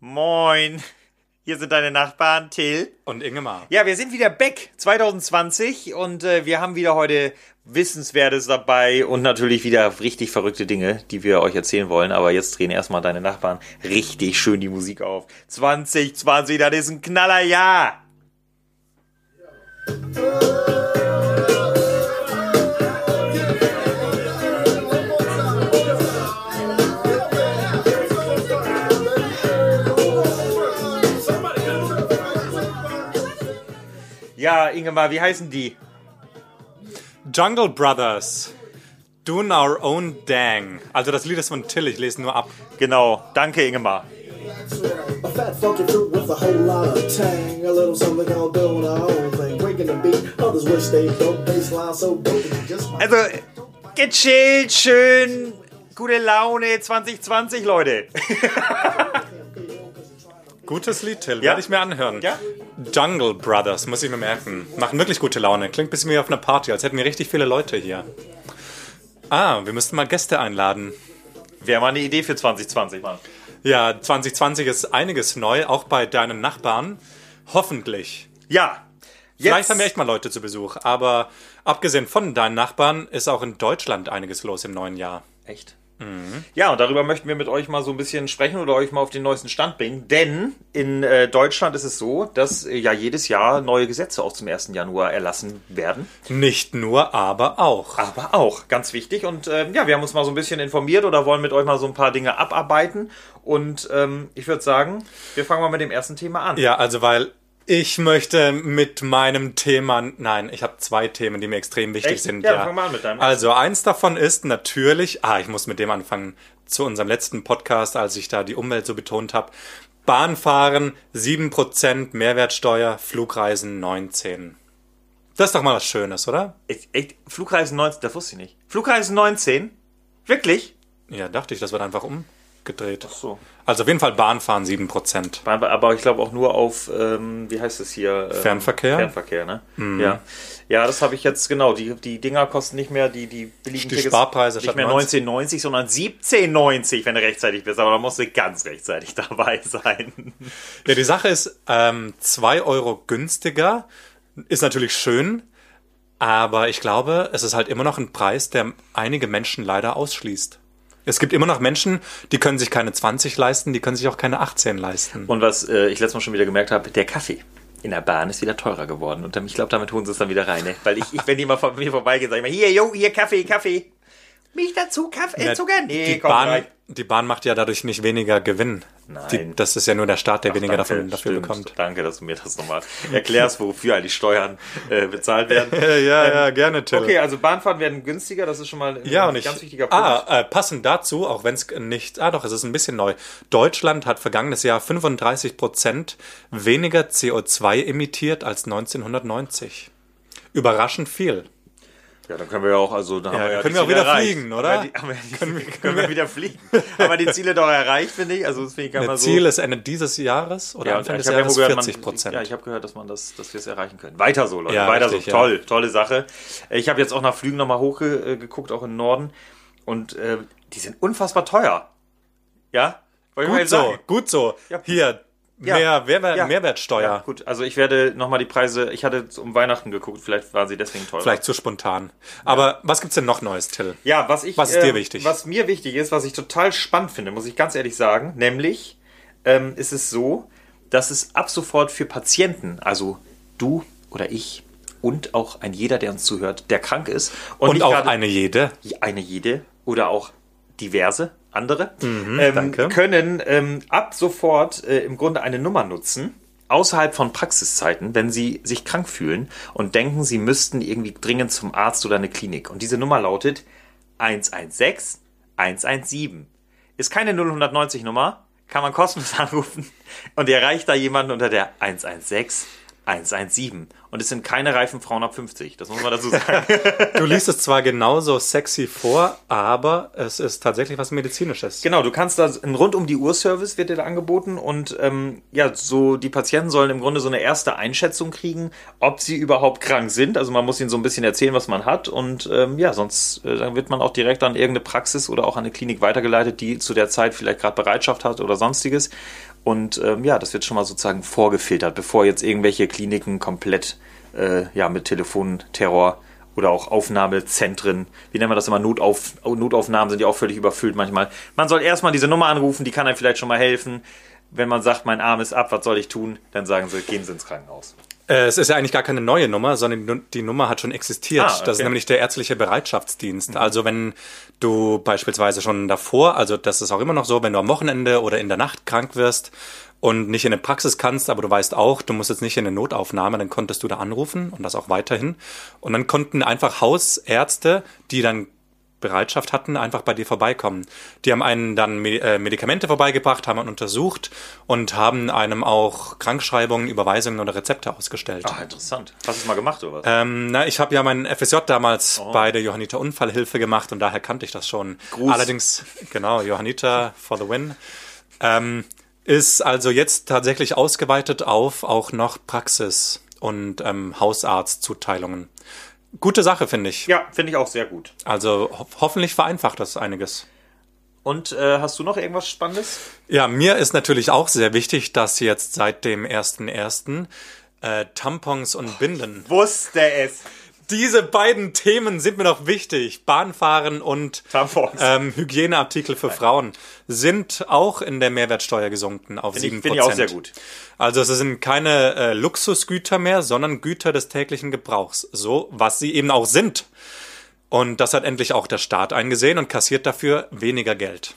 Moin. Hier sind deine Nachbarn Till. Und Ingemar. Ja, wir sind wieder back 2020 und äh, wir haben wieder heute Wissenswertes dabei und natürlich wieder richtig verrückte Dinge, die wir euch erzählen wollen. Aber jetzt drehen erstmal deine Nachbarn richtig schön die Musik auf. 2020, das ist ein Knallerjahr. Ja, Ingemar, wie heißen die? Jungle Brothers. Doing our own dang. Also das Lied ist von Till, ich lese nur ab. Genau, danke Ingemar. A fat funky fruit with a whole lot of tang. A little something gonna build our own thing. Breaking the beat, others wish they don't. Baseline so broken, you just might. Also, gechillt, schön, gute Laune 2020, Leute. Gutes Lied, Till. Ja. Werde ich mir anhören. Ja. Jungle Brothers, muss ich mir merken. Machen wirklich gute Laune. Klingt ein bisschen wie auf einer Party, als hätten wir richtig viele Leute hier. Ah, wir müssten mal Gäste einladen. Wäre mal eine Idee für 2020, Mann. Ja, 2020 ist einiges neu, auch bei deinen Nachbarn. Hoffentlich. Ja. Jetzt, Vielleicht haben wir echt mal Leute zu Besuch, aber abgesehen von deinen Nachbarn ist auch in Deutschland einiges los im neuen Jahr. Echt? Mhm. Ja, und darüber möchten wir mit euch mal so ein bisschen sprechen oder euch mal auf den neuesten Stand bringen. Denn in äh, Deutschland ist es so, dass äh, ja jedes Jahr neue Gesetze auch zum 1. Januar erlassen werden. Nicht nur, aber auch. Aber auch, ganz wichtig. Und ähm, ja, wir haben uns mal so ein bisschen informiert oder wollen mit euch mal so ein paar Dinge abarbeiten. Und ähm, ich würde sagen, wir fangen mal mit dem ersten Thema an. Ja, also weil ich möchte mit meinem Thema, nein, ich habe zwei Themen, die mir extrem wichtig Echt? sind. Ja, dann fang mal an mit deinem. Also eins davon ist natürlich, ah, ich muss mit dem anfangen, zu unserem letzten Podcast, als ich da die Umwelt so betont habe. Bahnfahren 7%, Mehrwertsteuer, Flugreisen 19. Das ist doch mal was Schönes, oder? Echt, echt, Flugreisen 19, das wusste ich nicht. Flugreisen 19? Wirklich? Ja, dachte ich, das wird einfach umgedreht. So. Also auf jeden Fall Bahnfahren 7%. Aber, aber ich glaube auch nur auf, ähm, wie heißt es hier? Ähm, Fernverkehr? Mhm. Fernverkehr, ne? Ja. Ja, das habe ich jetzt, genau. Die, die Dinger kosten nicht mehr, die, die billigen Die Sparpreise nicht statt mehr 19. 19,90, sondern 17,90, wenn du rechtzeitig bist. Aber da musst du ganz rechtzeitig dabei sein. Ja, die Sache ist, ähm, 2 Euro günstiger ist natürlich schön, aber ich glaube, es ist halt immer noch ein Preis, der einige Menschen leider ausschließt. Es gibt immer noch Menschen, die können sich keine 20 leisten, die können sich auch keine 18 leisten. Und was äh, ich letztes Mal schon wieder gemerkt habe, der Kaffee in der Bahn ist wieder teurer geworden. Und dann- ich glaube, damit holen sie es dann wieder rein. Ne? Weil ich, ich wenn die mal von mir vorbeigehen, sage ich mal, hier, jo, hier, Kaffee, Kaffee. Mich dazu, Kaffee, äh, Zucker? Nee, die, komm Bahn, gleich. die Bahn macht ja dadurch nicht weniger Gewinn. Nein. Die, das ist ja nur der Staat, der weniger Danke, davon, dafür stimmt. bekommt. Danke, dass du mir das nochmal erklärst, wofür eigentlich Steuern äh, bezahlt werden. Ja, ja, gerne, Till. Okay, also Bahnfahrten werden günstiger, das ist schon mal ein Ja, und ganz ich, wichtiger Punkt. ah, äh, passend dazu, auch wenn es nicht, ah doch, es ist ein bisschen neu. Deutschland hat vergangenes Jahr 35 Prozent weniger CO2 emittiert als 1990. Überraschend viel. Ja, dann können wir ja auch, also dann haben wir ja können die wir auch Ziele wieder erreicht. fliegen, oder? Haben wir die- haben wir die- können, wir, wieder fliegen. Aber die Ziele doch erreicht, finde ich. Also das finde ich gar mal Das so. Ziel ist Ende dieses Jahres oder Ja, Anfang ich des habe ja Jahres gehört, 40 man, Prozent. ja, ich habe gehört, dass man das, dass wir es erreichen können. Weiter so, Leute, Ja, weiter so. richtig, ja. Toll, tolle Sache. Äh, Ich habe jetzt auch nach Flügen nochmal hochgeguckt, auch im Norden. Und äh, die sind unfassbar teuer. Ja? Wollte ich mal gut jetzt so, sagen. gut so. Hier, Ja. mehr Mehrwer Ja. Mehrwertsteuer. Ja, gut, also ich werde nochmal die Preise, ich hatte jetzt um Weihnachten geguckt, vielleicht waren sie deswegen teurer. Vielleicht zu spontan. Aber was gibt's denn noch Neues, Till? Ja, was ich. ähm, Was ist dir wichtig? Was mir wichtig ist, was ich total spannend finde, muss ich ganz ehrlich sagen, nämlich ähm, ist es so, dass es ab sofort für Patienten, also du oder ich und auch ein jeder, der uns zuhört, der krank ist Und nicht auch gerade- eine jede. eine jede oder auch diverse andere, ähm, können ähm, ab sofort äh, im Grunde eine Nummer nutzen, außerhalb von Praxiszeiten, wenn sie sich krank fühlen und denken, sie müssten irgendwie dringend zum Arzt oder eine Klinik. Und diese Nummer lautet 116 117. Ist keine 0190 Nummer, kann man kostenlos anrufen und erreicht da jemanden unter der 116 117. Und Und es sind keine reifen Frauen ab 50. Das muss man dazu sagen. Du liest es zwar genauso sexy vor, aber es ist tatsächlich was Medizinisches. Genau, du kannst da ein rund um die Uhr Service wird dir da angeboten und ähm, ja, so die Patienten sollen im Grunde so eine erste Einschätzung kriegen, ob sie überhaupt krank sind. Also man muss ihnen so ein bisschen erzählen, was man hat und ähm, ja, sonst äh, dann wird man auch direkt an irgendeine Praxis oder auch an eine Klinik weitergeleitet, die zu der Zeit vielleicht gerade Bereitschaft hat oder sonstiges. Und ähm, ja, das wird schon mal sozusagen vorgefiltert, bevor jetzt irgendwelche Kliniken komplett äh, ja mit Telefonterror oder auch Aufnahmezentren, wie nennen wir das immer, Notauf Notaufnahmen sind ja auch völlig überfüllt manchmal. Man soll erstmal diese Nummer anrufen, die kann einem vielleicht schon mal helfen. Wenn man sagt, mein Arm ist ab, was soll ich tun, dann sagen sie, gehen Sie ins Krankenhaus. Äh, Es ist ja eigentlich gar keine neue Nummer, sondern die Nu- die Nummer hat schon existiert. Ah, okay. Das ist nämlich der ärztliche Bereitschaftsdienst. Also wenn du beispielsweise schon davor, also das ist auch immer noch so, wenn du am Wochenende oder in der Nacht krank wirst und nicht in eine Praxis kannst, aber du weißt auch, du musst jetzt nicht in eine Notaufnahme, dann konntest du da anrufen und das auch weiterhin. Und dann konnten einfach Hausärzte, die dann Bereitschaft hatten, einfach bei dir vorbeikommen. Die haben einen dann Me- äh, Medikamente vorbeigebracht, haben einen untersucht und haben einem auch Krankschreibungen, Überweisungen oder Rezepte ausgestellt. Ach, Ah, interessant. Äh. Hast du es mal gemacht oder was? Ähm, na, ich habe ja meinen FSJ damals bei der Johanniter Unfallhilfe gemacht und daher kannte ich das schon. Oh. Gruß. Allerdings, genau, Johanniter for the win. Ähm, ist also jetzt tatsächlich ausgeweitet auf auch noch Praxis und ähm, Hausarztzuteilungen. Gute Sache, finde ich. ja, finde ich auch sehr gut. Also ho hoffentlich vereinfacht das einiges. Und äh, hast du noch irgendwas Spannendes? Ja, mir ist natürlich auch sehr wichtig, dass jetzt seit dem 1.1. Äh, Tampons und Binden. Wusste es. Diese beiden Themen sind mir noch wichtig. Bahnfahren und Tampons. ähm, Hygieneartikel für Frauen sind auch in der Mehrwertsteuer gesunken auf ich- 7%. finde ich auch sehr gut. Also es sind keine äh, Luxusgüter mehr, sondern Güter des täglichen Gebrauchs. So, was sie eben auch sind. Und das hat endlich auch der Staat eingesehen und kassiert dafür weniger Geld.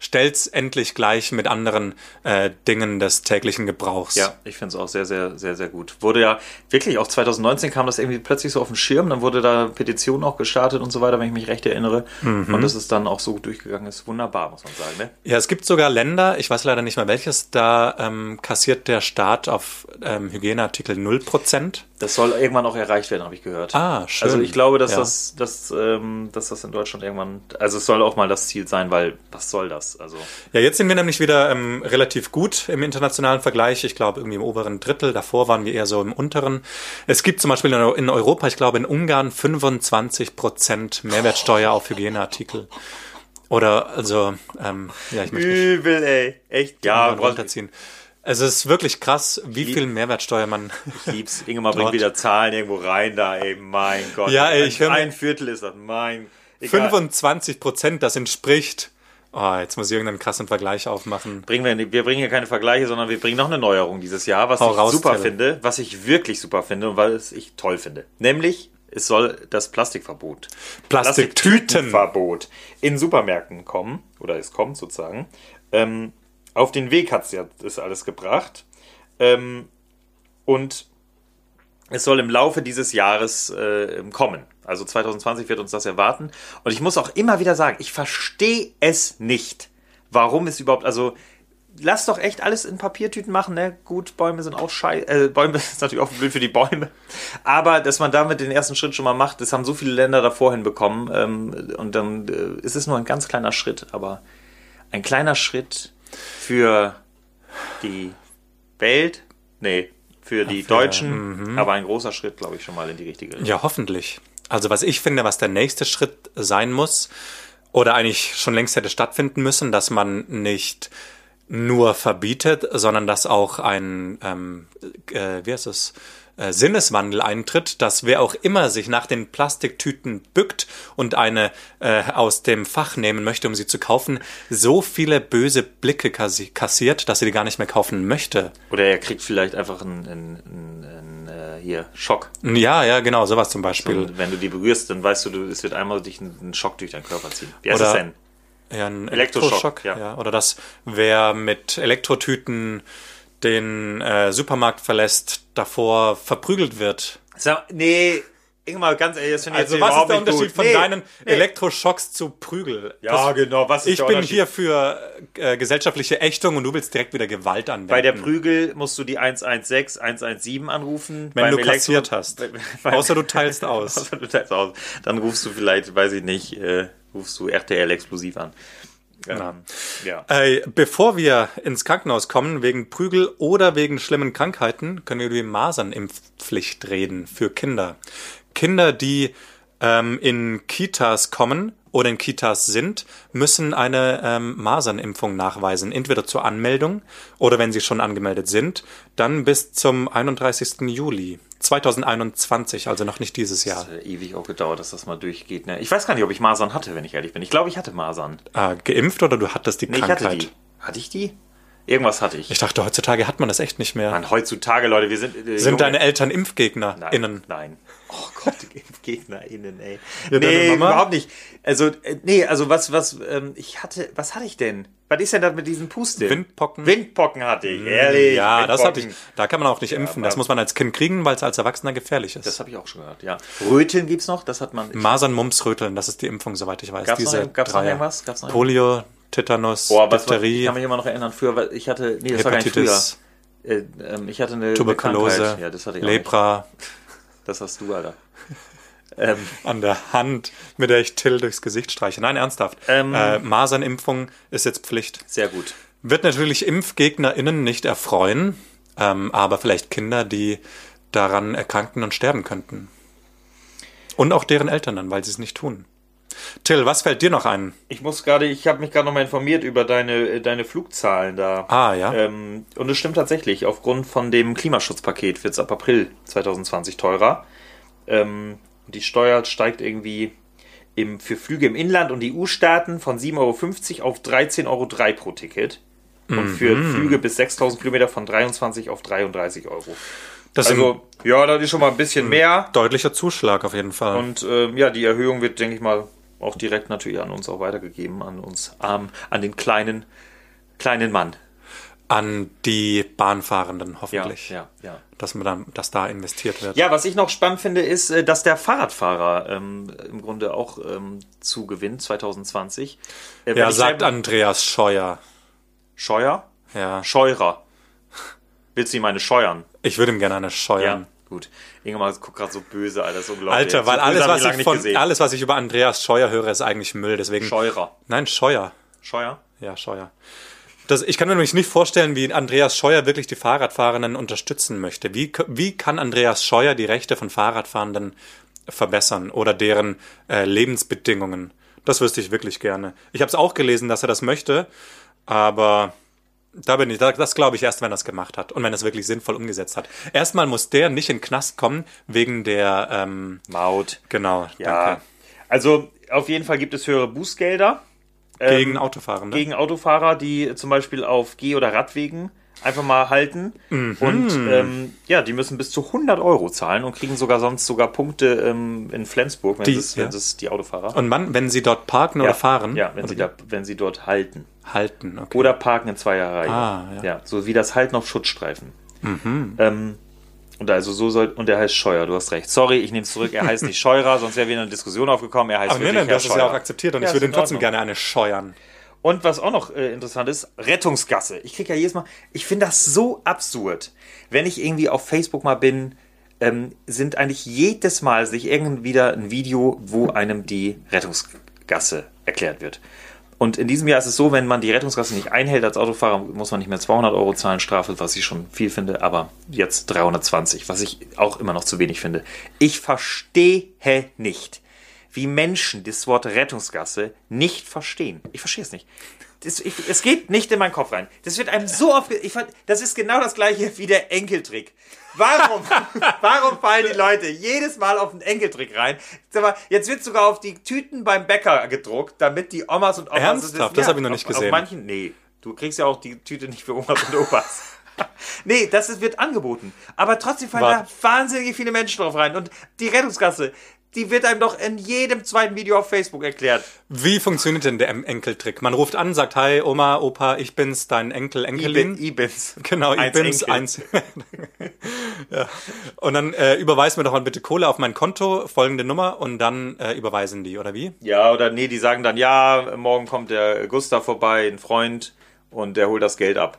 Stellt's endlich gleich mit anderen äh, Dingen des täglichen Gebrauchs. Ja, ich finde es auch sehr, sehr, sehr, sehr gut. Wurde ja wirklich, auch 2019 kam das irgendwie plötzlich so auf den Schirm, dann wurde da Petition auch gestartet und so weiter, wenn ich mich recht erinnere. Und dass es dann auch so gut durchgegangen ist. Wunderbar, muss man sagen. Ne? Ja, es gibt sogar Länder, ich weiß leider nicht mehr welches, da ähm, kassiert der Staat auf ähm, Hygieneartikel 0%. Das soll irgendwann auch erreicht werden, habe ich gehört. Ah, schön. Also ich glaube, dass, Ja. das, dass, ähm, dass das in Deutschland irgendwann, also es soll auch mal das Ziel sein, weil was soll das? Also Ja, jetzt sind wir nämlich wieder ähm, relativ gut im internationalen Vergleich. Ich glaube, irgendwie im oberen Drittel. Davor waren wir eher so im unteren. Es gibt zum Beispiel in Eu- in Europa, ich glaube in Ungarn, 25% Mehrwertsteuer auf Hygieneartikel. Oder also, ähm, ja, ich möchte nicht übel, ey. Echt? Ja, Ungarn runterziehen. runterziehen. Es ist wirklich krass, wie viel Mehrwertsteuer man Lieb's. Ingemar bringt Dort. wieder Zahlen irgendwo rein da, ey, mein Gott. Ja, ey, Ein- ich hör mir- Ein Viertel ist das, mein. Egal. 25 Prozent, das entspricht. Oh, jetzt muss ich irgendeinen krassen Vergleich aufmachen. Bringen wir, wir bringen hier keine Vergleiche, sondern wir bringen noch eine Neuerung dieses Jahr, was Hau ich raus, super Telle. finde, was ich wirklich super finde und was ich toll finde. Nämlich, es soll das Plastikverbot. Plastiktüten. Plastiktütenverbot in Supermärkten kommen, oder es kommt sozusagen. Ähm, auf den Weg hat es ja das alles gebracht. Ähm, und es soll im Laufe dieses Jahres äh, kommen. Also 2020 wird uns das erwarten. Und ich muss auch immer wieder sagen, ich verstehe es nicht, warum es überhaupt, also lass doch echt alles in Papiertüten machen, ne? Gut, Bäume sind auch scheiße. Äh, Bäume ist natürlich auch blöd für die Bäume. Aber dass man damit den ersten Schritt schon mal macht, das haben so viele Länder davor hinbekommen. Ähm, und dann äh, es ist es nur ein ganz kleiner Schritt, aber ein kleiner Schritt für die Welt. Nee, für die Deutschen, Mhm. aber ein großer Schritt, glaube ich, schon mal in die richtige Richtung. Ja, hoffentlich. Also was ich finde, was der nächste Schritt sein muss, oder eigentlich schon längst hätte stattfinden müssen, dass man nicht nur verbietet, sondern dass auch ein, ähm, äh, wie heißt es, äh, Sinneswandel eintritt, dass wer auch immer sich nach den Plastiktüten bückt und eine äh, aus dem Fach nehmen möchte, um sie zu kaufen, so viele böse Blicke kassi kassiert, dass sie die gar nicht mehr kaufen möchte. Oder er kriegt vielleicht einfach einen, einen, einen, einen äh, hier Schock. Ja, ja, genau, sowas zum Beispiel. Und wenn du die berührst, dann weißt du, du es wird einmal dich einen einen Schock durch deinen Körper ziehen. Wie heißt Oder- das denn? Ja, ein Elektroschock, Elektroschock. ja. ja. Oder dass wer mit Elektrotüten den äh, Supermarkt verlässt, davor verprügelt wird. Sag, nee, Ingmar, ganz ehrlich, das finde ich Also jetzt was ist überhaupt der nicht Unterschied gut. von Nee, deinen nee. Elektroschocks zu Prügel? Ja, genau, was ist Ich der bin Unterschied? hier für äh, gesellschaftliche Ächtung und du willst direkt wieder Gewalt anwenden. Bei der Prügel musst du die 116, 117 anrufen. wenn Beim du Elektro- kassiert hast. Bei- bei- Außer du teilst aus. Außer du teilst aus. Dann rufst du vielleicht, weiß ich nicht, äh, rufst du RTL Explosiv an. Ähm, Na. Ja. Ey, Äh, bevor wir ins Krankenhaus kommen, wegen Prügel oder wegen schlimmen Krankheiten, können wir über die Masernimpfpflicht reden für Kinder. Kinder, die ähm, in Kitas kommen oder in Kitas sind, müssen eine ähm, Masernimpfung nachweisen. Entweder zur Anmeldung oder wenn sie schon angemeldet sind, dann bis zum 31. Juli 2021, also noch nicht dieses Jahr. Hat, äh, Ewig auch gedauert, dass das mal durchgeht. Ne? Ich weiß gar nicht, ob ich Masern hatte, wenn ich ehrlich bin. Ich glaube, ich hatte Masern. Äh, geimpft oder du hattest die Nee, ich Krankheit? hatte die. Hatte ich die? Irgendwas hatte ich. Ich dachte, heutzutage hat man das echt nicht mehr. Mann, heutzutage, Leute, wir sind. äh, Sind junge- deine Eltern Impfgegner? Nein, Innen. Nein. Oh Gott, die GegnerInnen, ey. deine nee, Mama? überhaupt nicht. Also, äh, nee, also was, was, ähm, ich hatte, was hatte ich denn? Was ist denn das mit diesen Pusten? Windpocken. Windpocken hatte ich, ehrlich. Ja, das hatte ich. Windpocken. Da kann man auch nicht impfen. Das aber- muss man als Kind kriegen, weil es als Erwachsener gefährlich ist. Das habe ich auch schon gehört, ja. Röteln gibt's noch, das hat man. Masern, Mumps, Röteln, das ist die Impfung, soweit ich weiß. Gab's noch Diese irgend- gab's noch Dreier. irgendwas? Gab's noch Polio, Tetanus, Boah, was, was, ich Diphtherie, kann mich immer noch erinnern, früher, weil ich hatte, nee, das Hepatitis, war gar nicht früher. Äh, ähm, ich hatte eine eine Tuberkulose, Krankheit. Ja, das hatte ich auch nicht. Lepra Das hast du, Alter. Ähm, an der Hand, mit der ich Till durchs Gesicht streiche. Nein, ernsthaft. Ähm. äh, Masernimpfung ist jetzt Pflicht. Sehr gut. Wird natürlich ImpfgegnerInnen nicht erfreuen, ähm, aber vielleicht Kinder, die daran erkranken und sterben könnten. Und auch deren Eltern dann, weil sie es nicht tun. Till, was fällt dir noch ein? Ich muss gerade, ich habe mich gerade nochmal informiert über deine, äh, deine Flugzahlen da. Ah, ja. Ähm, und es stimmt tatsächlich, aufgrund von dem Klimaschutzpaket wird es ab April 2020 teurer. Ähm, die Steuer steigt irgendwie im, für Flüge im Inland und die EU-Staaten von 7,50 Euro auf 13,03 Euro pro Ticket. Und für Mhm. Flüge bis 6000 Kilometer von 23 auf 33 Euro. Das ist ein Also, ja, das ist schon mal ein Mhm. bisschen mehr. deutlicher Zuschlag auf jeden Fall. Und ähm, ja, die Erhöhung wird, denke ich mal, auch direkt natürlich an uns auch weitergegeben, an uns arm, an den kleinen, kleinen Mann. an die Bahnfahrenden Ja, hoffentlich, ja, ja. dass man dann, dass da investiert wird. Ja, was ich noch spannend finde, ist, äh, dass der Fahrradfahrer ähm, im Grunde auch ähm, zugewinnt 2020. Äh, wenn Ja, ich sagt selber- Andreas Scheuer. Scheuer? Ja, Scheurer. Willst du ihm eine scheuern? ich würde ihm gerne eine scheuern. Gut. Ingemar guckt gerade so böse, Alter, so unglaublich. Alter, So weil böse alles hab was, lange ich nicht von, gesehen. alles, was ich über Andreas Scheuer höre, ist eigentlich Müll. Deswegen. Scheurer. Nein, Scheuer. Scheuer? Ja, Scheuer. Das, ich kann mir nämlich nicht vorstellen, wie Andreas Scheuer wirklich die Fahrradfahrenden unterstützen möchte. Wie, k- wie kann Andreas Scheuer die Rechte von Fahrradfahrenden verbessern oder deren äh, Lebensbedingungen? Das wüsste ich wirklich gerne. Ich habe es auch gelesen, dass er das möchte, aber da bin ich, da- das glaube ich erst, wenn er es gemacht hat und wenn er es wirklich sinnvoll umgesetzt hat. Erstmal muss der nicht in den Knast kommen wegen der, ähm, Maut. genau, Ja. danke, Also, auf jeden Fall gibt es höhere Bußgelder. gegen Autofahrende. ähm, gegen Autofahrer, die zum Beispiel auf Geh- oder Radwegen einfach mal halten. Mhm. Und ähm, ja, die müssen bis zu 100 Euro zahlen und kriegen sogar sonst sogar Punkte ähm, in Flensburg, wenn Die, es wenn ja. es die Autofahrer. und Mann, wenn sie dort parken ja, oder fahren, Ja, wenn, oder sie da, wenn sie dort halten. halten, okay. Oder parken in zweier Reihe. Ah, ja. Mhm. so wie das Halten auf Schutzstreifen. Ähm, und also so soll, und er heißt Scheuer, du hast recht. Sorry, ich nehme es zurück, er heißt nicht Scheurer, sonst wäre wieder eine Diskussion aufgekommen, er heißt Aber nee, wirklich nein, das Herr ist ja Scheuer. auch akzeptiert und Ja, ich würde ist ihm in trotzdem Ordnung. gerne eine scheuern. Und was auch noch äh, interessant ist, Rettungsgasse. Ich kriege ja jedes Mal, ich finde das so absurd. Wenn ich irgendwie auf Facebook mal bin, ähm, sind eigentlich jedes Mal sich irgend wieder ein Video, wo einem die Rettungsgasse erklärt wird. Und in diesem Jahr ist es so, wenn man die Rettungsgasse nicht einhält als Autofahrer, muss man nicht mehr 200 Euro zahlen Strafe, was ich schon viel finde, aber jetzt 320, was ich auch immer noch zu wenig finde. Ich verstehe nicht wie Menschen das Wort Rettungsgasse nicht verstehen. Ich verstehe es nicht. Das, ich, es geht nicht in meinen Kopf rein. Das wird einem so oft. ge- Ich, fand- das ist genau das gleiche wie der Enkeltrick. Warum? warum fallen die Leute jedes Mal auf den Enkeltrick rein? Sag mal, jetzt wird sogar auf die Tüten beim Bäcker gedruckt, damit die Omas und Opas. Ernsthaft? Das hab ich noch nicht auf, gesehen. Auf manchen, nee. Du kriegst ja auch die Tüte nicht für Omas und Opas. Nee, das ist, wird angeboten. Aber trotzdem fallen Warte. da wahnsinnig viele Menschen drauf rein. Und die Rettungsgasse, die wird einem doch in jedem zweiten Video auf Facebook erklärt. Wie funktioniert denn der Em- Enkeltrick? Man ruft an, sagt, hi, Oma, Opa, ich bin's, dein Enkel, Enkelin. Ibins. genau, ich Eins bin's, Enkel. eins. Ja. Und dann äh, überweis mir doch mal bitte Kohle auf mein Konto, folgende Nummer und dann äh, überweisen die, oder wie? Ja, oder nee, die sagen dann, ja, morgen kommt der Gustav vorbei, ein Freund, und der holt das Geld ab.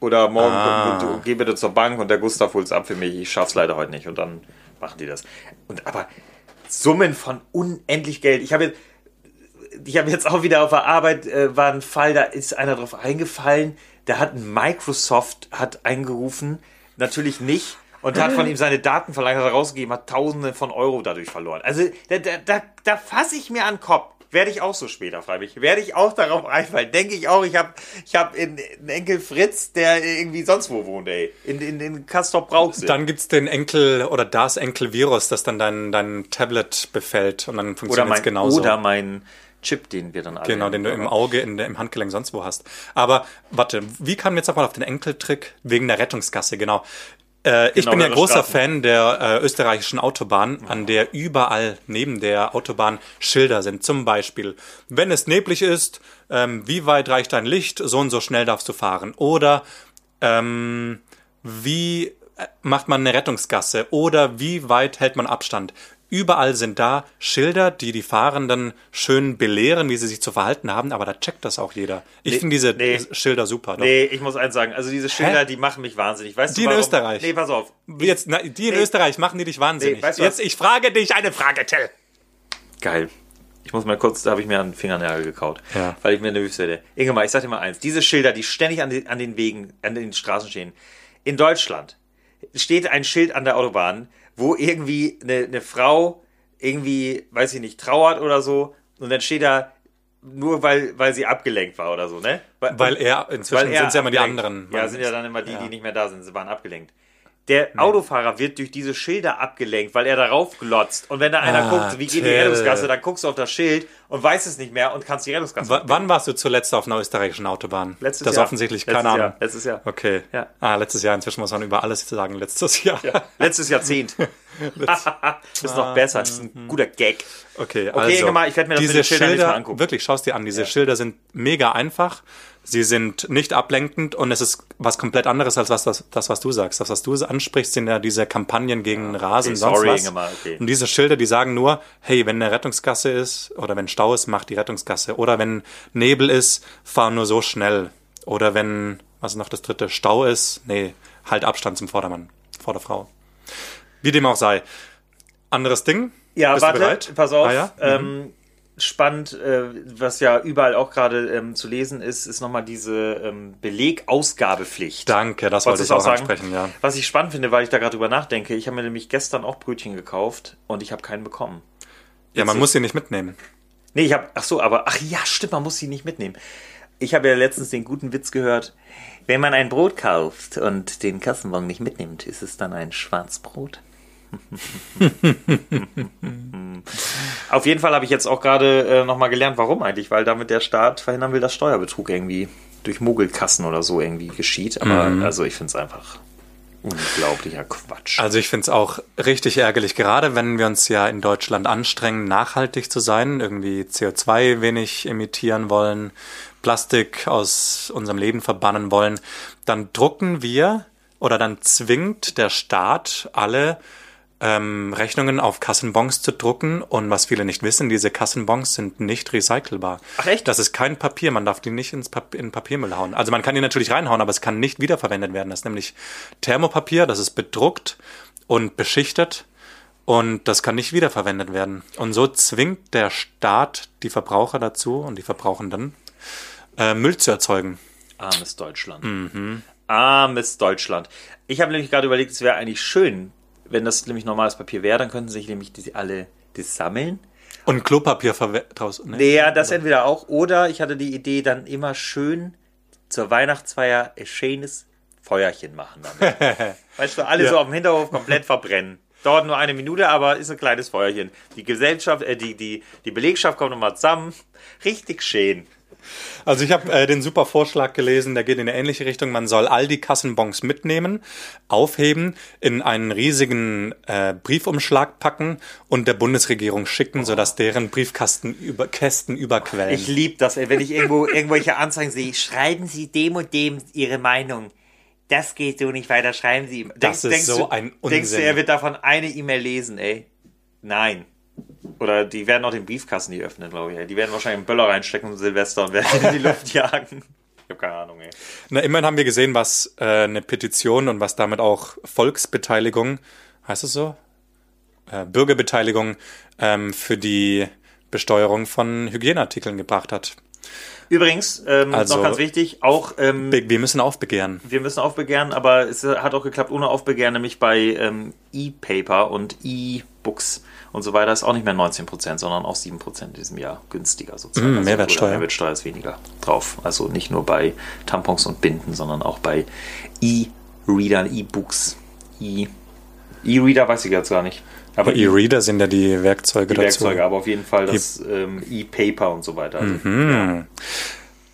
Oder morgen Ah. komm, du, geh bitte zur Bank und der Gustav holt's ab für mich, ich schaff's leider heute nicht. Und dann machen die das. Und aber Summen von unendlich Geld. Ich habe jetzt, ich habe jetzt auch wieder auf der Arbeit, äh, war ein Fall, da ist einer drauf eingefallen, da hat ein Microsoft hat eingerufen, natürlich nicht, und hat von ihm seine Daten verlangt, hat er rausgegeben, hat Tausende von Euro dadurch verloren. Also da, da, da, da fasse ich mir an den Kopf. Werde ich auch so später, freilich. Werde ich auch darauf einfallen. Denke ich auch, ich habe ich hab einen einen Enkel Fritz, der irgendwie sonst wo wohnt, ey. In, in, in Castor Brauxel. Dann gibt's den Enkel oder das Enkel-Virus, das dann dein, dein Tablet befällt und dann Oder funktioniert's mein, genauso. oder mein Chip, den wir dann alle Genau, den du im Auge, in der, im Handgelenk sonst wo hast. Aber warte, wie kam jetzt nochmal auf den Enkeltrick wegen der Rettungskasse? Genau. Äh, ich Genau, bin ja der großer Straßen. Fan der äh, österreichischen Autobahn, an der überall neben der Autobahn Schilder sind. Zum Beispiel, wenn es neblig ist, ähm, wie weit reicht dein Licht? So und so schnell darfst du fahren. Oder ähm, wie äh, macht man eine Rettungsgasse oder wie weit hält man Abstand? Überall sind da Schilder, die die Fahrenden schön belehren, wie sie sich zu verhalten haben, aber da checkt das auch jeder. Ich finde diese nee. Schilder super. Doch. Nee, ich muss eins sagen. Also diese Schilder, Hä? die machen mich wahnsinnig. Weißt Die du in warum? Österreich. Nee, pass auf. Jetzt, na, die in Nee. Österreich machen die dich wahnsinnig. Nee, weißt du Jetzt, was? ich frage dich eine Frage, Till. Geil. Ich muss mal kurz, da habe ich mir einen Fingernagel gekaut, Ja. weil ich mir nervös werde. Ingemar, ich sag dir mal eins. Diese Schilder, die ständig an den, an den Wegen, an den Straßen stehen. In Deutschland steht ein Schild an der Autobahn, wo irgendwie eine, eine Frau irgendwie, weiß ich nicht, trauert oder so. Und dann steht da nur, weil, weil sie abgelenkt war oder so, ne? Weil er, inzwischen sind es ja immer die abgelenkt. anderen. Ja, sind ja dann immer die, die nicht mehr da sind. Sie waren abgelenkt. Der Autofahrer wird durch diese Schilder abgelenkt, weil er darauf glotzt. Und wenn da einer Ah, guckt, wie geht die Till. Rettungsgasse, dann guckst du auf das Schild und weißt es nicht mehr und kannst die Rettungsgasse. W wann warst du zuletzt auf einer österreichischen Autobahn? Letztes das Jahr. offensichtlich, Letztes keine Ahnung. Jahr. Letztes Jahr. Okay. Ja. Ah, letztes Jahr. Inzwischen muss man über alles sagen. Letztes Jahr. Letztes Jahrzehnt. das ist noch besser. Das ist ein guter Gag. Okay, Okay, also, Ingemar, ich werd mir das mit diese den Schildern jetzt Schilder, mal angucken. Wirklich, schau es dir an. Diese Schilder sind mega einfach. Sie sind nicht ablenkend und es ist was komplett anderes als was, das, das was du sagst. Das, was du ansprichst, sind ja diese Kampagnen gegen Rasen okay, sonst sorry, was. Ingemar, okay. Und diese Schilder, die sagen nur, hey, wenn eine Rettungsgasse ist oder wenn Stau ist, mach die Rettungsgasse. Oder wenn Nebel ist, fahr nur so schnell. Oder wenn, was ist noch das dritte, Stau ist, nee, halt Abstand zum Vordermann, Vorderfrau. Wie dem auch sei. Anderes Ding. Ja, Bist warte, du bereit? pass auf. Ah, ja? ähm, spannend, äh, was ja überall auch gerade ähm, zu lesen ist, ist nochmal diese ähm, Belegausgabepflicht. Danke, das wollte Wolltest ich du auch auch sagen? ansprechen, ja. Was ich spannend finde, weil ich da gerade drüber nachdenke, ich habe mir nämlich gestern auch Brötchen gekauft und ich habe keinen bekommen. Ja, man muss sie nicht mitnehmen. Nee, ich habe, ach so, aber, ach ja, stimmt, man muss sie nicht mitnehmen. Ich habe ja letztens den guten Witz gehört, wenn man ein Brot kauft und den Kassenbon nicht mitnimmt, ist es dann ein Schwarzbrot? Auf jeden Fall habe ich jetzt auch gerade äh, nochmal gelernt, warum eigentlich, weil damit der Staat verhindern will, dass Steuerbetrug irgendwie durch Mogelkassen oder so irgendwie geschieht. Aber also ich finde es einfach unglaublicher Quatsch. Also ich finde es auch richtig ärgerlich, gerade wenn wir uns ja in Deutschland anstrengen, nachhaltig zu sein, irgendwie CO2 wenig emittieren wollen, Plastik aus unserem Leben verbannen wollen, dann drucken wir oder dann zwingt der Staat alle ähm, Rechnungen auf Kassenbons zu drucken und was viele nicht wissen, diese Kassenbons sind nicht recycelbar. Ach, echt? Das ist kein Papier, man darf die nicht ins Pap in Papiermüll hauen. Also man kann die natürlich reinhauen, aber es kann nicht wiederverwendet werden. Das ist nämlich Thermopapier, das ist bedruckt und beschichtet und das kann nicht wiederverwendet werden. Und so zwingt der Staat die Verbraucher dazu und die Verbrauchenden äh, Müll zu erzeugen. Armes Deutschland. Armes Deutschland. Ich habe nämlich gerade überlegt, es wäre eigentlich schön, wenn das nämlich normales Papier wäre, dann könnten sich nämlich die alle das sammeln. Und Klopapier verwe- draus. ne? Ja, das entweder auch. Oder ich hatte die Idee, dann immer schön zur Weihnachtsfeier ein schönes Feuerchen machen damit. weißt du, alle so auf dem Hinterhof komplett verbrennen. Dauert nur eine Minute, aber ist ein kleines Feuerchen. Die Gesellschaft, äh, die, die, die Belegschaft kommt nochmal zusammen. Richtig schön. Also ich habe äh, den super Vorschlag gelesen, der geht in eine ähnliche Richtung. Man soll all die Kassenbons mitnehmen, aufheben, in einen riesigen äh, Briefumschlag packen und der Bundesregierung schicken, sodass deren Briefkasten über Kästen überquellen. Ich liebe das, ey, wenn ich irgendwo irgendwelche Anzeigen sehe. Schreiben Sie dem und dem Ihre Meinung. das geht so nicht weiter, schreiben Sie ihm. Das ist so du, ein Denkst du, Unsinn. er wird davon eine E-Mail lesen, ey? Nein. Oder die werden auch den Briefkasten nie öffnen, glaube ich. Ey. Die werden wahrscheinlich einen Böller reinstecken um Silvester und werden ihn in die Luft jagen. Ich habe keine Ahnung, ey. Na, immerhin haben wir gesehen, was äh, eine Petition und was damit auch Volksbeteiligung, heißt es so? Äh, Bürgerbeteiligung ähm, für die Besteuerung von Hygieneartikeln gebracht hat. Übrigens, ähm, Also- noch ganz wichtig, auch ähm, Wir wir müssen aufbegehren. wir müssen aufbegehren, aber es hat auch geklappt ohne Aufbegehren, nämlich bei ähm, E-Paper und E-Books und so weiter ist auch nicht mehr 19%, sondern auch 7% in diesem Jahr günstiger sozusagen. Mm, Mehrwertsteuer. oder Mehrwertsteuer ist weniger drauf. Also nicht nur bei Tampons und Binden, sondern auch bei E-Readern, E-Books. E- E-Reader weiß ich jetzt gar nicht. Aber e E-Reader sind ja die Werkzeuge, Werkzeuge, dazu. E- Mhm. aber auf jeden Fall das ähm, E-Paper und so weiter. Also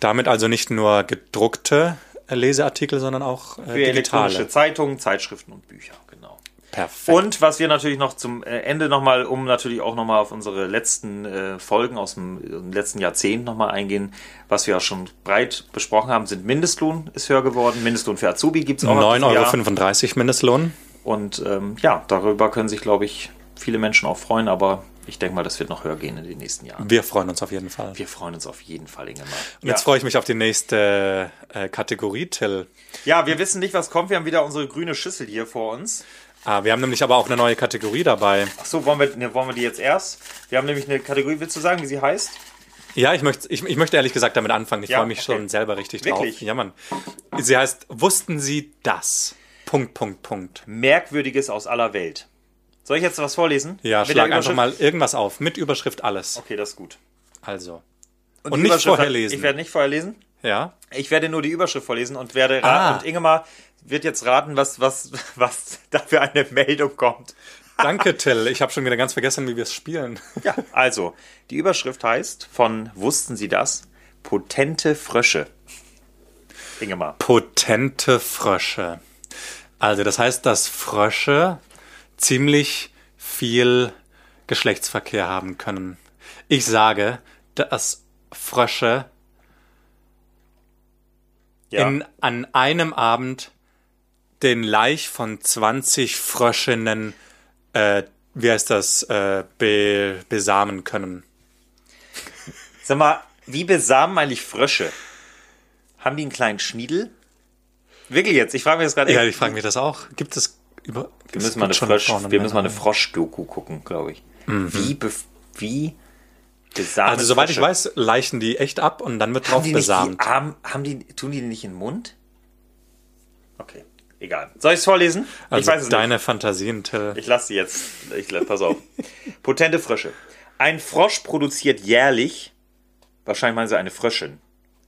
Damit also nicht nur gedruckte äh, Leseartikel, sondern auch Für äh, elektronische digitale. Zeitungen, Zeitschriften und Bücher, genau. Perfekt. Und was wir natürlich noch zum äh, Ende nochmal, um natürlich auch nochmal auf unsere letzten äh, Folgen aus dem, äh, letzten Jahrzehnt nochmal eingehen, was wir ja schon breit besprochen haben, sind Mindestlohn ist höher geworden, Mindestlohn für Azubi gibt es auch noch. 9,35 Um Euro Mindestlohn. Und ähm, ja, darüber können sich, glaube ich, viele Menschen auch freuen, aber ich denke mal, das wird noch höher gehen in den nächsten Jahren. Wir freuen uns auf jeden Fall. Wir freuen uns auf jeden Fall, Inge. Und jetzt freue ich mich auf die nächste äh, Kategorie, Till. Ja, wir wissen nicht, was kommt. Wir haben wieder unsere grüne Schüssel hier vor uns. Ah, wir haben nämlich aber auch eine neue Kategorie dabei. Ach so, wollen wir, ne, wollen wir die jetzt erst? Wir haben nämlich eine Kategorie, willst du sagen, wie sie heißt? Ja, ich möchte, ich, ich möchte ehrlich gesagt damit anfangen. Ich Ja, freue mich okay. schon selber richtig Wirklich? drauf. Ja, Mann. Sie heißt, wussten Sie das? Punkt, Punkt, Punkt. Merkwürdiges aus aller Welt. Soll ich jetzt was vorlesen? Ja, Mit der schlag einfach Überschrift? mal irgendwas auf. Mit Überschrift alles. Okay, das ist gut. Also. Und, Die nicht Überschrift vorher hat- lesen. Ich werde nicht vorher lesen. ja? Ich werde nur die Überschrift vorlesen und werde Ah. ra- und Ingemar wird jetzt raten, was was was da für eine Meldung kommt. Danke, Till. Ich habe schon wieder ganz vergessen, wie wir es spielen. Ja, also die Überschrift heißt von wussten Sie das? Potente Frösche. Ingemar. Potente Frösche. Also, das heißt, dass Frösche ziemlich viel Geschlechtsverkehr haben können. Ich sage, dass Frösche Ja. in, an einem Abend den Laich von 20 Fröschinnen, äh, wie heißt das, äh, be, besamen können. Sag mal, wie besamen eigentlich Frösche? Haben die einen kleinen Schniedel? Wirklich jetzt? Ich frage mich das gerade. Ja, echt. ich frage mich das auch. Gibt es über. Wir müssen mal eine, Frosch, wir müssen mal eine Frosch-Doku gucken, glaube ich. Wie, bef- wie besamen Mhm. Also, soweit ich Frösche- weiß, leichen die echt ab und dann wird drauf haben die, nicht die, besamt. Arm, haben die Tun die die nicht in den Mund? Okay, egal. Soll ich es vorlesen? Also ich weiß es nicht. deine Fantasien, Till. Ich lasse die jetzt. Ich, la- pass auf. Potente Frösche. Ein Frosch produziert jährlich, wahrscheinlich meinen sie eine Fröschin.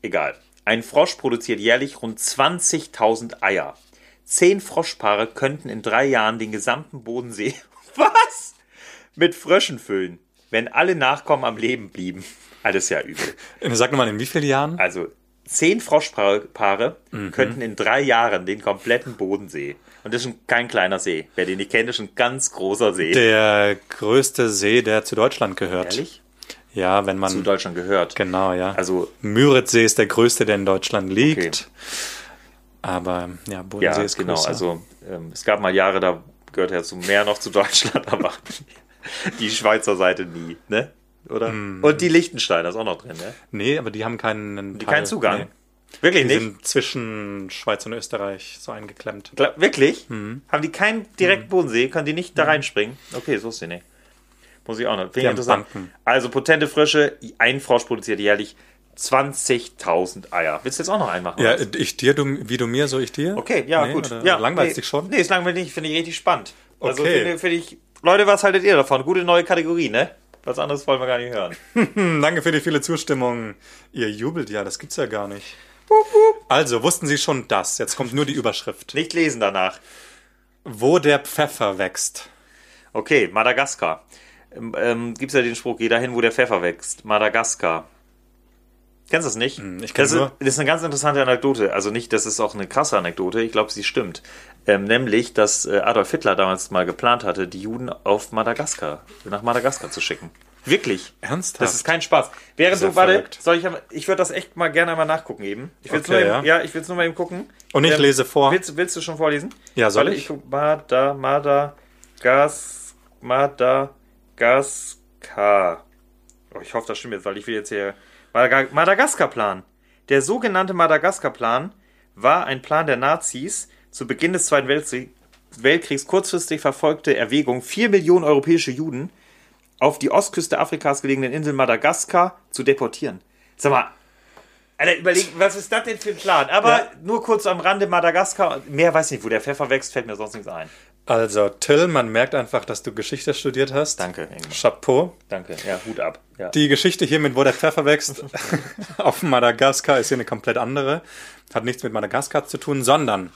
Egal. Ein Frosch produziert jährlich rund 20.000 Eier. Zehn Froschpaare könnten in drei Jahren den gesamten Bodensee, was? Mit Fröschen füllen, wenn alle Nachkommen am Leben blieben. Alles ja übel. Sag nochmal, in wie vielen Jahren? Also, zehn Froschpaare könnten in drei Jahren den kompletten Bodensee. Und das ist ein, kein kleiner See. Wer den nicht kennt, ist ein ganz großer See. Der größte See, der zu Deutschland gehört. Ehrlich? Ja, wenn Zu man. Deutschland gehört. Genau, ja. Also, Müritzsee ist der größte, der in Deutschland liegt. Aber ja, Bodensee ja, ist genau. größer. Also, ähm, es gab mal Jahre, da gehörte er zu mehr noch zu Deutschland, aber die Schweizer Seite nie, ne? Oder? Hm. Und die Liechtensteiner ist auch noch drin, ne? nee, aber die haben keinen Die Teil. keinen Zugang. Nee. Wirklich Die nicht? sind zwischen Schweiz und Österreich so eingeklemmt. Gla- Wirklich? Hm. Haben die keinen direkten Bodensee? Können die nicht da reinspringen? Okay, das wusste ich nicht. Muss ich auch noch. Finde ich haben interessant. Banken. Also potente Frösche, ein Frosch produziert jährlich 20.000 Eier. Willst du jetzt auch noch einen machen? Ja, Hans? ich dir, du, wie du mir, so ich dir. okay, ja, Nee, gut. oder Ja, langweilt's nee, dich schon? Nee, ist langweilig nicht. Finde ich richtig spannend. Also Okay. finde finde ich, Leute, was haltet ihr davon? Gute neue Kategorie, ne? Was anderes wollen wir gar nicht hören. Danke für die viele Zustimmung. Ihr jubelt ja, das gibt's ja gar nicht. Also, wussten Sie schon das? Jetzt kommt nur die Überschrift. Nicht lesen danach. Wo der Pfeffer wächst. Okay, Madagaskar. Ähm, ähm, Gibt es ja den Spruch, geh dahin, wo der Pfeffer wächst. Madagaskar. Kennst du das nicht? Hm, ich kenn das, ist, nur- das ist eine ganz interessante Anekdote. Also nicht, das ist auch eine krasse Anekdote. Ich glaube, sie stimmt. Ähm, nämlich, dass äh, Adolf Hitler damals mal geplant hatte, die Juden auf Madagaskar, nach Madagaskar zu schicken. Wirklich. Ernsthaft? Das ist kein Spaß. Während Sehr du, warte, verrückt. soll ich, aber- ich würde das echt mal gerne mal nachgucken eben. Ich will es Okay, nur, eben- ja. ja, ich will's nur mal eben gucken. Ähm, Und ich lese vor. Willst, willst du schon vorlesen? Ja, soll Warte, ich? ich guck, Mada, Mada, Gas, Madagaskar. Oh, ich hoffe, das stimmt jetzt, weil ich will jetzt hier. Madaga- Madagaskar-Plan. Der sogenannte Madagaskar-Plan war ein Plan der Nazis zu Beginn des Zweiten Weltkrie- Weltkriegs kurzfristig verfolgte Erwägung, vier Millionen europäische Juden auf die Ostküste Afrikas gelegenen Insel Madagaskar zu deportieren. Sag mal, Alter, überleg, was ist das denn für ein Plan? Aber Ja. nur kurz am Rande Madagaskar. Mehr weiß ich nicht, wo der Pfeffer wächst, fällt mir sonst nichts ein. Also, Till, man merkt einfach, dass du Geschichte studiert hast. Danke, Engel. Chapeau. Danke. Ja, Hut ab. Ja. Die Geschichte hier mit, wo der Pfeffer wächst, auf Madagaskar ist hier eine komplett andere. Hat nichts mit Madagaskar zu tun, sondern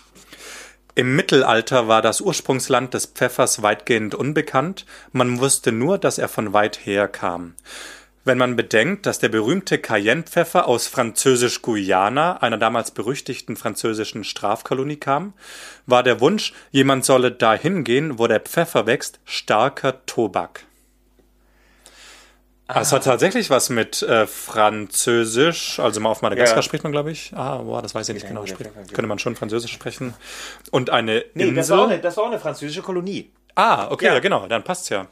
im Mittelalter war das Ursprungsland des Pfeffers weitgehend unbekannt. Man wusste nur, dass er von weit her kam. Wenn man bedenkt, dass der berühmte Cayenne-Pfeffer aus Französisch-Guyana, einer damals berüchtigten französischen Strafkolonie, kam, war der Wunsch, jemand solle dahin gehen, wo der Pfeffer wächst, starker Tobak. Ah. Es hat tatsächlich was mit äh, Französisch, also mal auf Madagaskar Ja. spricht man, glaube ich. Ah, boah, das weiß ich nicht genau. ja, Spricht, ja, ja. könnte man schon Französisch sprechen. Und eine nee, das war, auch Insel. eine, das war auch eine französische Kolonie. Ah, okay, ja. Ja. genau, dann passt's ja.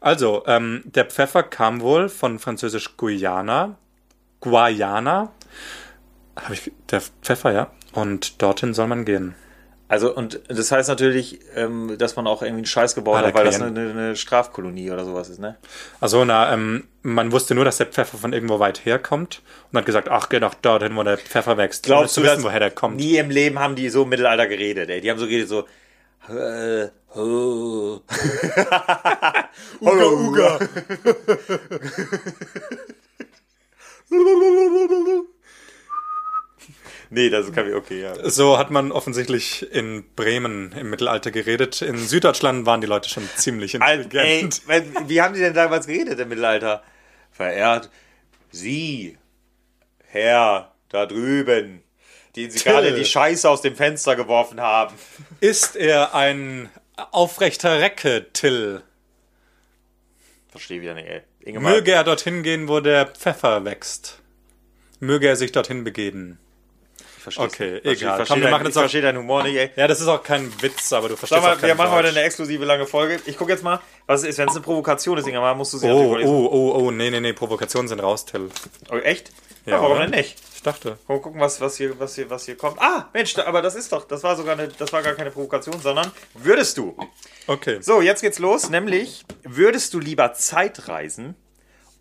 Also, ähm, der Pfeffer kam wohl von französisch Guyana. Guayana. Habe ich der Pfeffer, ja. Und dorthin soll man gehen. Also, und das heißt natürlich, ähm, dass man auch irgendwie einen Scheiß gebaut hat, Ah, da weil das eine, kann- eine, eine Strafkolonie oder sowas ist, ne? Also, na, ähm, man wusste nur, dass der Pfeffer von irgendwo weit herkommt und hat gesagt, ach, geh doch dorthin, wo der Pfeffer wächst. ohne zu wissen, dass woher der kommt? Nie im Leben haben die so im Mittelalter geredet, ey. Die haben so geredet, so. äh, oh. Uga, Uga. nee, das kann ich okay, ja. So hat man offensichtlich in Bremen im Mittelalter geredet. In Süddeutschland waren die Leute schon ziemlich Alt, Halt, ey, intelligent. weil- wie haben die denn damals geredet im Mittelalter? Verehrt Sie, Herr, da drüben, den Sie Till. gerade die Scheiße aus dem Fenster geworfen haben. Ist er ein aufrechter Recke, Till? Verstehe wieder nicht, ey. Ingemar, Möge er dorthin gehen, wo der Pfeffer wächst. Möge er sich dorthin begeben. ich versteh's okay, nicht. egal. Ich verstehe Komm, wir deinen- machen ich jetzt auch- verstehe deinen Humor nicht, ey. Ja, das ist auch kein Witz, aber du verstehst Sag mal, auch wir keinen machen heute Deutsch. eine exklusive lange Folge. Ich gucke jetzt mal, was es ist. Wenn es eine Provokation ist, Ingemar, musst du sie Oh, natürlich oh, oh, oh, nee, nee, nee, Provokationen sind raus, Till. vorlesen. Oh, echt? Ja, warum oder? denn nicht? Ich dachte. Mal gucken, was, was, hier, was, hier, was hier kommt. Ah, Mensch, da, aber das ist doch, das war sogar eine, das war gar keine Provokation, sondern würdest du. Okay. So, jetzt geht's los, nämlich, würdest du lieber Zeit reisen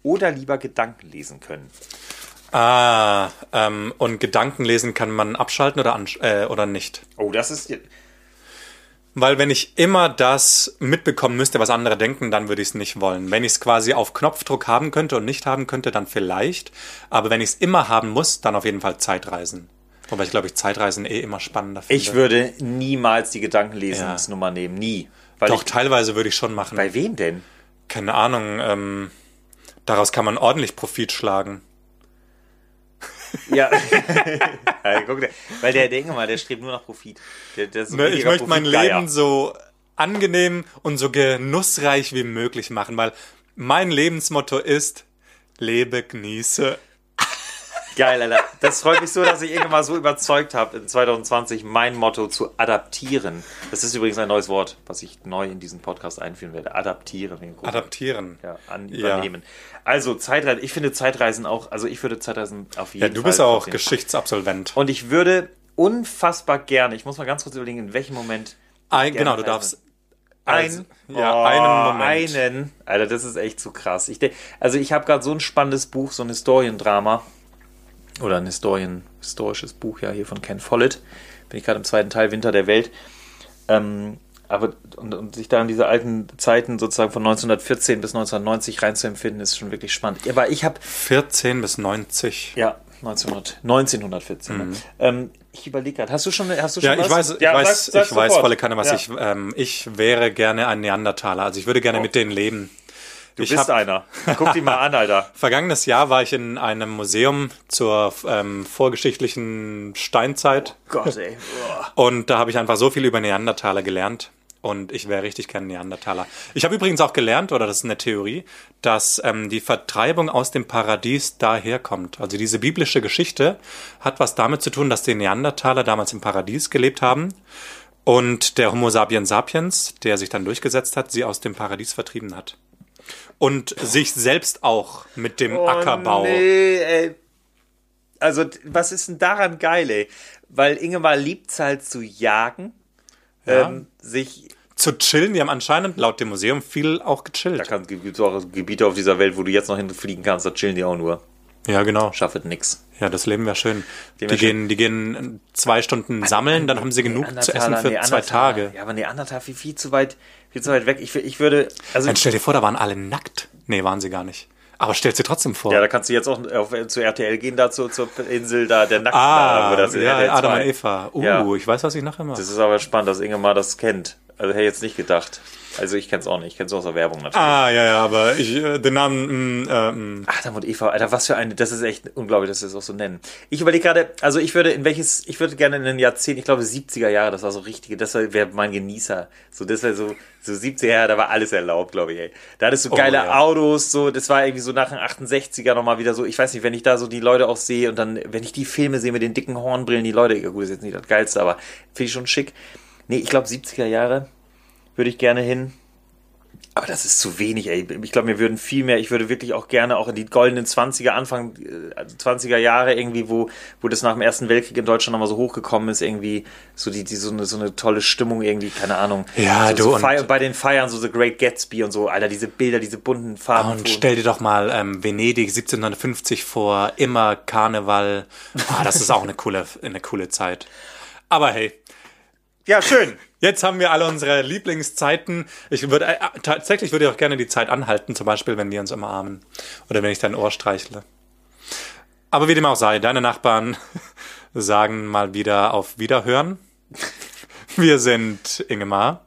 oder lieber Gedanken lesen können? Ah, ähm, und Gedanken lesen kann man abschalten oder, ansch äh, oder nicht. Oh, das ist. Weil wenn ich immer das mitbekommen müsste, was andere denken, dann würde ich es nicht wollen. Wenn ich es quasi auf Knopfdruck haben könnte und nicht haben könnte, dann vielleicht. Aber wenn ich es immer haben muss, dann auf jeden Fall Zeitreisen. Wobei ich glaube, ich Zeitreisen eh immer spannender finde. Ich würde niemals die Ja. Gedankenlesensnummer nehmen, nie. Weil Doch, ich, teilweise würde ich schon machen. bei wem denn? Keine Ahnung, ähm, daraus kann man ordentlich Profit schlagen. Ja. ja guck, der, weil der, der Ingemar, der strebt nur nach Profit. Der, der ist so ein Ne, ich richtiger möchte mein Profitgeier. Leben so angenehm und so genussreich wie möglich machen, weil mein Lebensmotto ist, lebe, genieße. Geil, Alter. Das freut mich so, dass ich Ingemar so überzeugt habe, in 2020 mein Motto zu adaptieren. Das ist übrigens ein neues Wort, was ich neu in diesen Podcast einführen werde. Adaptieren. wegen Corona. Adaptieren. ja, an, Ja. übernehmen. Also Zeitreisen, ich finde Zeitreisen auch, also ich würde Zeitreisen auf jeden Ja, Fall. du bist auch verstehen. Geschichtsabsolvent. Und ich würde unfassbar gerne, ich muss mal ganz kurz überlegen, in welchem Moment. Ein, genau, du gerne also. darfst Ein, ein- ja, einen Moment. Oh, Einen. Alter, das ist echt zu krass. Ich denk- also ich habe gerade so ein spannendes Buch, so ein Historiendrama oder ein Historien, historisches Buch ja hier von Ken Follett. Bin ich gerade im zweiten Teil Winter der Welt. Ähm, aber und, und sich da an diese alten Zeiten sozusagen von 1914 bis 1990 reinzuempfinden, ist schon wirklich spannend. Aber ich habe 14 bis 90. ja 1900, 1914. ne? Ähm, ich überlege gerade. Hast du schon, hast du schon Mhm. Ja, ich was? weiß, ich Ja, weiß, sag's- sag's ich weiß sofort. volle Kanne, was Ja. ich, ähm, ich wäre gerne ein Neandertaler. Also ich würde gerne mit denen leben. Oh. Du Ich bist hab- einer. Guck die mal an, Alter. Vergangenes Jahr war ich in einem Museum zur ähm, vorgeschichtlichen Steinzeit Gott, ey. und da habe ich einfach so viel über Neandertaler gelernt und ich wäre richtig gern Neandertaler. Ich habe übrigens auch gelernt, oder das ist eine Theorie, dass ähm, die Vertreibung aus dem Paradies daherkommt. Also diese biblische Geschichte hat was damit zu tun, dass die Neandertaler damals im Paradies gelebt haben und der Homo sapiens sapiens, der sich dann durchgesetzt hat, sie aus dem Paradies vertrieben hat. Und sich selbst auch mit dem Ackerbau. Oh, Nee, ey. Also, d- was ist denn daran geil, ey? Weil Ingemar liebt es halt zu jagen, Ja. ähm, sich. zu chillen. Die haben anscheinend laut dem Museum viel auch Da gechillt. gibt es auch Gebiete auf dieser Welt, wo du jetzt noch hinfliegen kannst, da chillen die auch nur. Ja, genau. Schaffet nix. Ja, das Leben wäre schön. Die, Leben wär gehen, die gehen zwei Stunden sammeln, dann haben sie genug zu essen für Neandertaler, zwei Neandertaler. Tage. Ja, aber Neandertal viel, viel zu weit, viel zu weit weg. Ich, wür- ich würde. Also, Dann stell dir vor, da waren alle nackt. Nee, waren sie gar nicht. Aber stell dir trotzdem vor. ja, da kannst du jetzt auch auf, zu RTL gehen, da zur, zur Insel, da der Nackten, ah, wo das ist, ja, RTL Adam und 2. Eva. Uh, Ja. ich weiß, was ich nachher mache. Das ist aber spannend, dass Ingemar das kennt. Also hätte ich jetzt nicht gedacht. Also ich kenn's auch nicht, ich kenn's nur aus der Werbung natürlich. Ah, ja, ja, aber ich, äh, den Namen, mm, äh, mm. Adam und Eva, Alter, was für eine, das ist echt unglaublich, dass wir es auch so nennen. Ich überlege gerade, also ich würde in welches, ich würde gerne in den Jahrzehnt, ich glaube 70er Jahre, das war so richtige, das wäre mein Genießer. So, das wäre so, so 70er Jahre, da war alles erlaubt, glaube ich, ey. Da hattest du geile ja. Autos, so, das war irgendwie so nach den 68er nochmal wieder so, ich weiß nicht, wenn ich da so die Leute auch sehe und dann, wenn ich die Filme sehe mit den dicken Hornbrillen, die Leute, ja gut, ist jetzt nicht das Geilste, aber finde ich schon schick. Nee, ich glaube 70er Jahre würde ich gerne hin. Aber das ist zu wenig, ey. Ich glaube, mir würden viel mehr, ich würde wirklich auch gerne auch in die goldenen 20er, Anfang äh, 20er Jahre irgendwie, wo, wo das nach dem Ersten Weltkrieg in Deutschland nochmal so hochgekommen ist, irgendwie so die, die so eine, so eine tolle Stimmung irgendwie, keine Ahnung. Ja, so, du, so und- Feier, bei den Feiern so The Great Gatsby und so, Alter, diese Bilder, diese bunten Farben. Und stell dir doch mal ähm, Venedig 1750 vor, immer Karneval. Ah, das ist auch eine coole, eine coole Zeit. Aber hey, ja, schön. Jetzt haben wir alle unsere Lieblingszeiten. Ich würde äh, tatsächlich würde ich auch gerne die Zeit anhalten, zum Beispiel, wenn wir uns umarmen oder wenn ich dein Ohr streichle. Aber wie dem auch sei, deine Nachbarn sagen mal wieder auf Wiederhören. Wir sind Ingemar.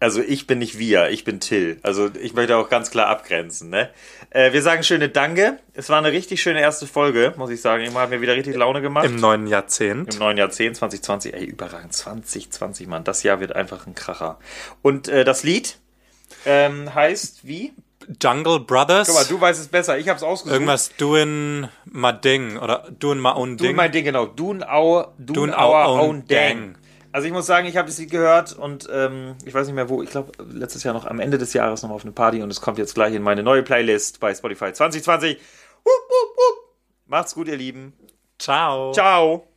Also ich bin nicht wir, ich bin Till. Also ich möchte auch ganz klar abgrenzen. Ne? Äh, wir sagen schöne Danke. Es war eine richtig schöne erste Folge, muss ich sagen. Immer hat mir wieder richtig Laune gemacht. im neuen Jahrzehnt. Im neuen Jahrzehnt 2020, ey, überragend. 2020, Mann. Das Jahr wird einfach ein Kracher. Und äh, das Lied ähm, heißt wie? Jungle Brothers. Guck mal, du weißt es besser. Ich habe es ausgesucht. Irgendwas doing my ding oder doing my own Du ding. mein Ding, genau. Doon our, doon Doing our our own, own dang. dang. Also ich muss sagen, ich habe das Lied gehört und ähm, ich weiß nicht mehr wo. Ich glaube, letztes Jahr noch am Ende des Jahres nochmal auf eine Party und es kommt jetzt gleich in meine neue Playlist bei Spotify 2020. Wupp, wupp, wupp. Macht's gut, ihr Lieben. Ciao. Ciao.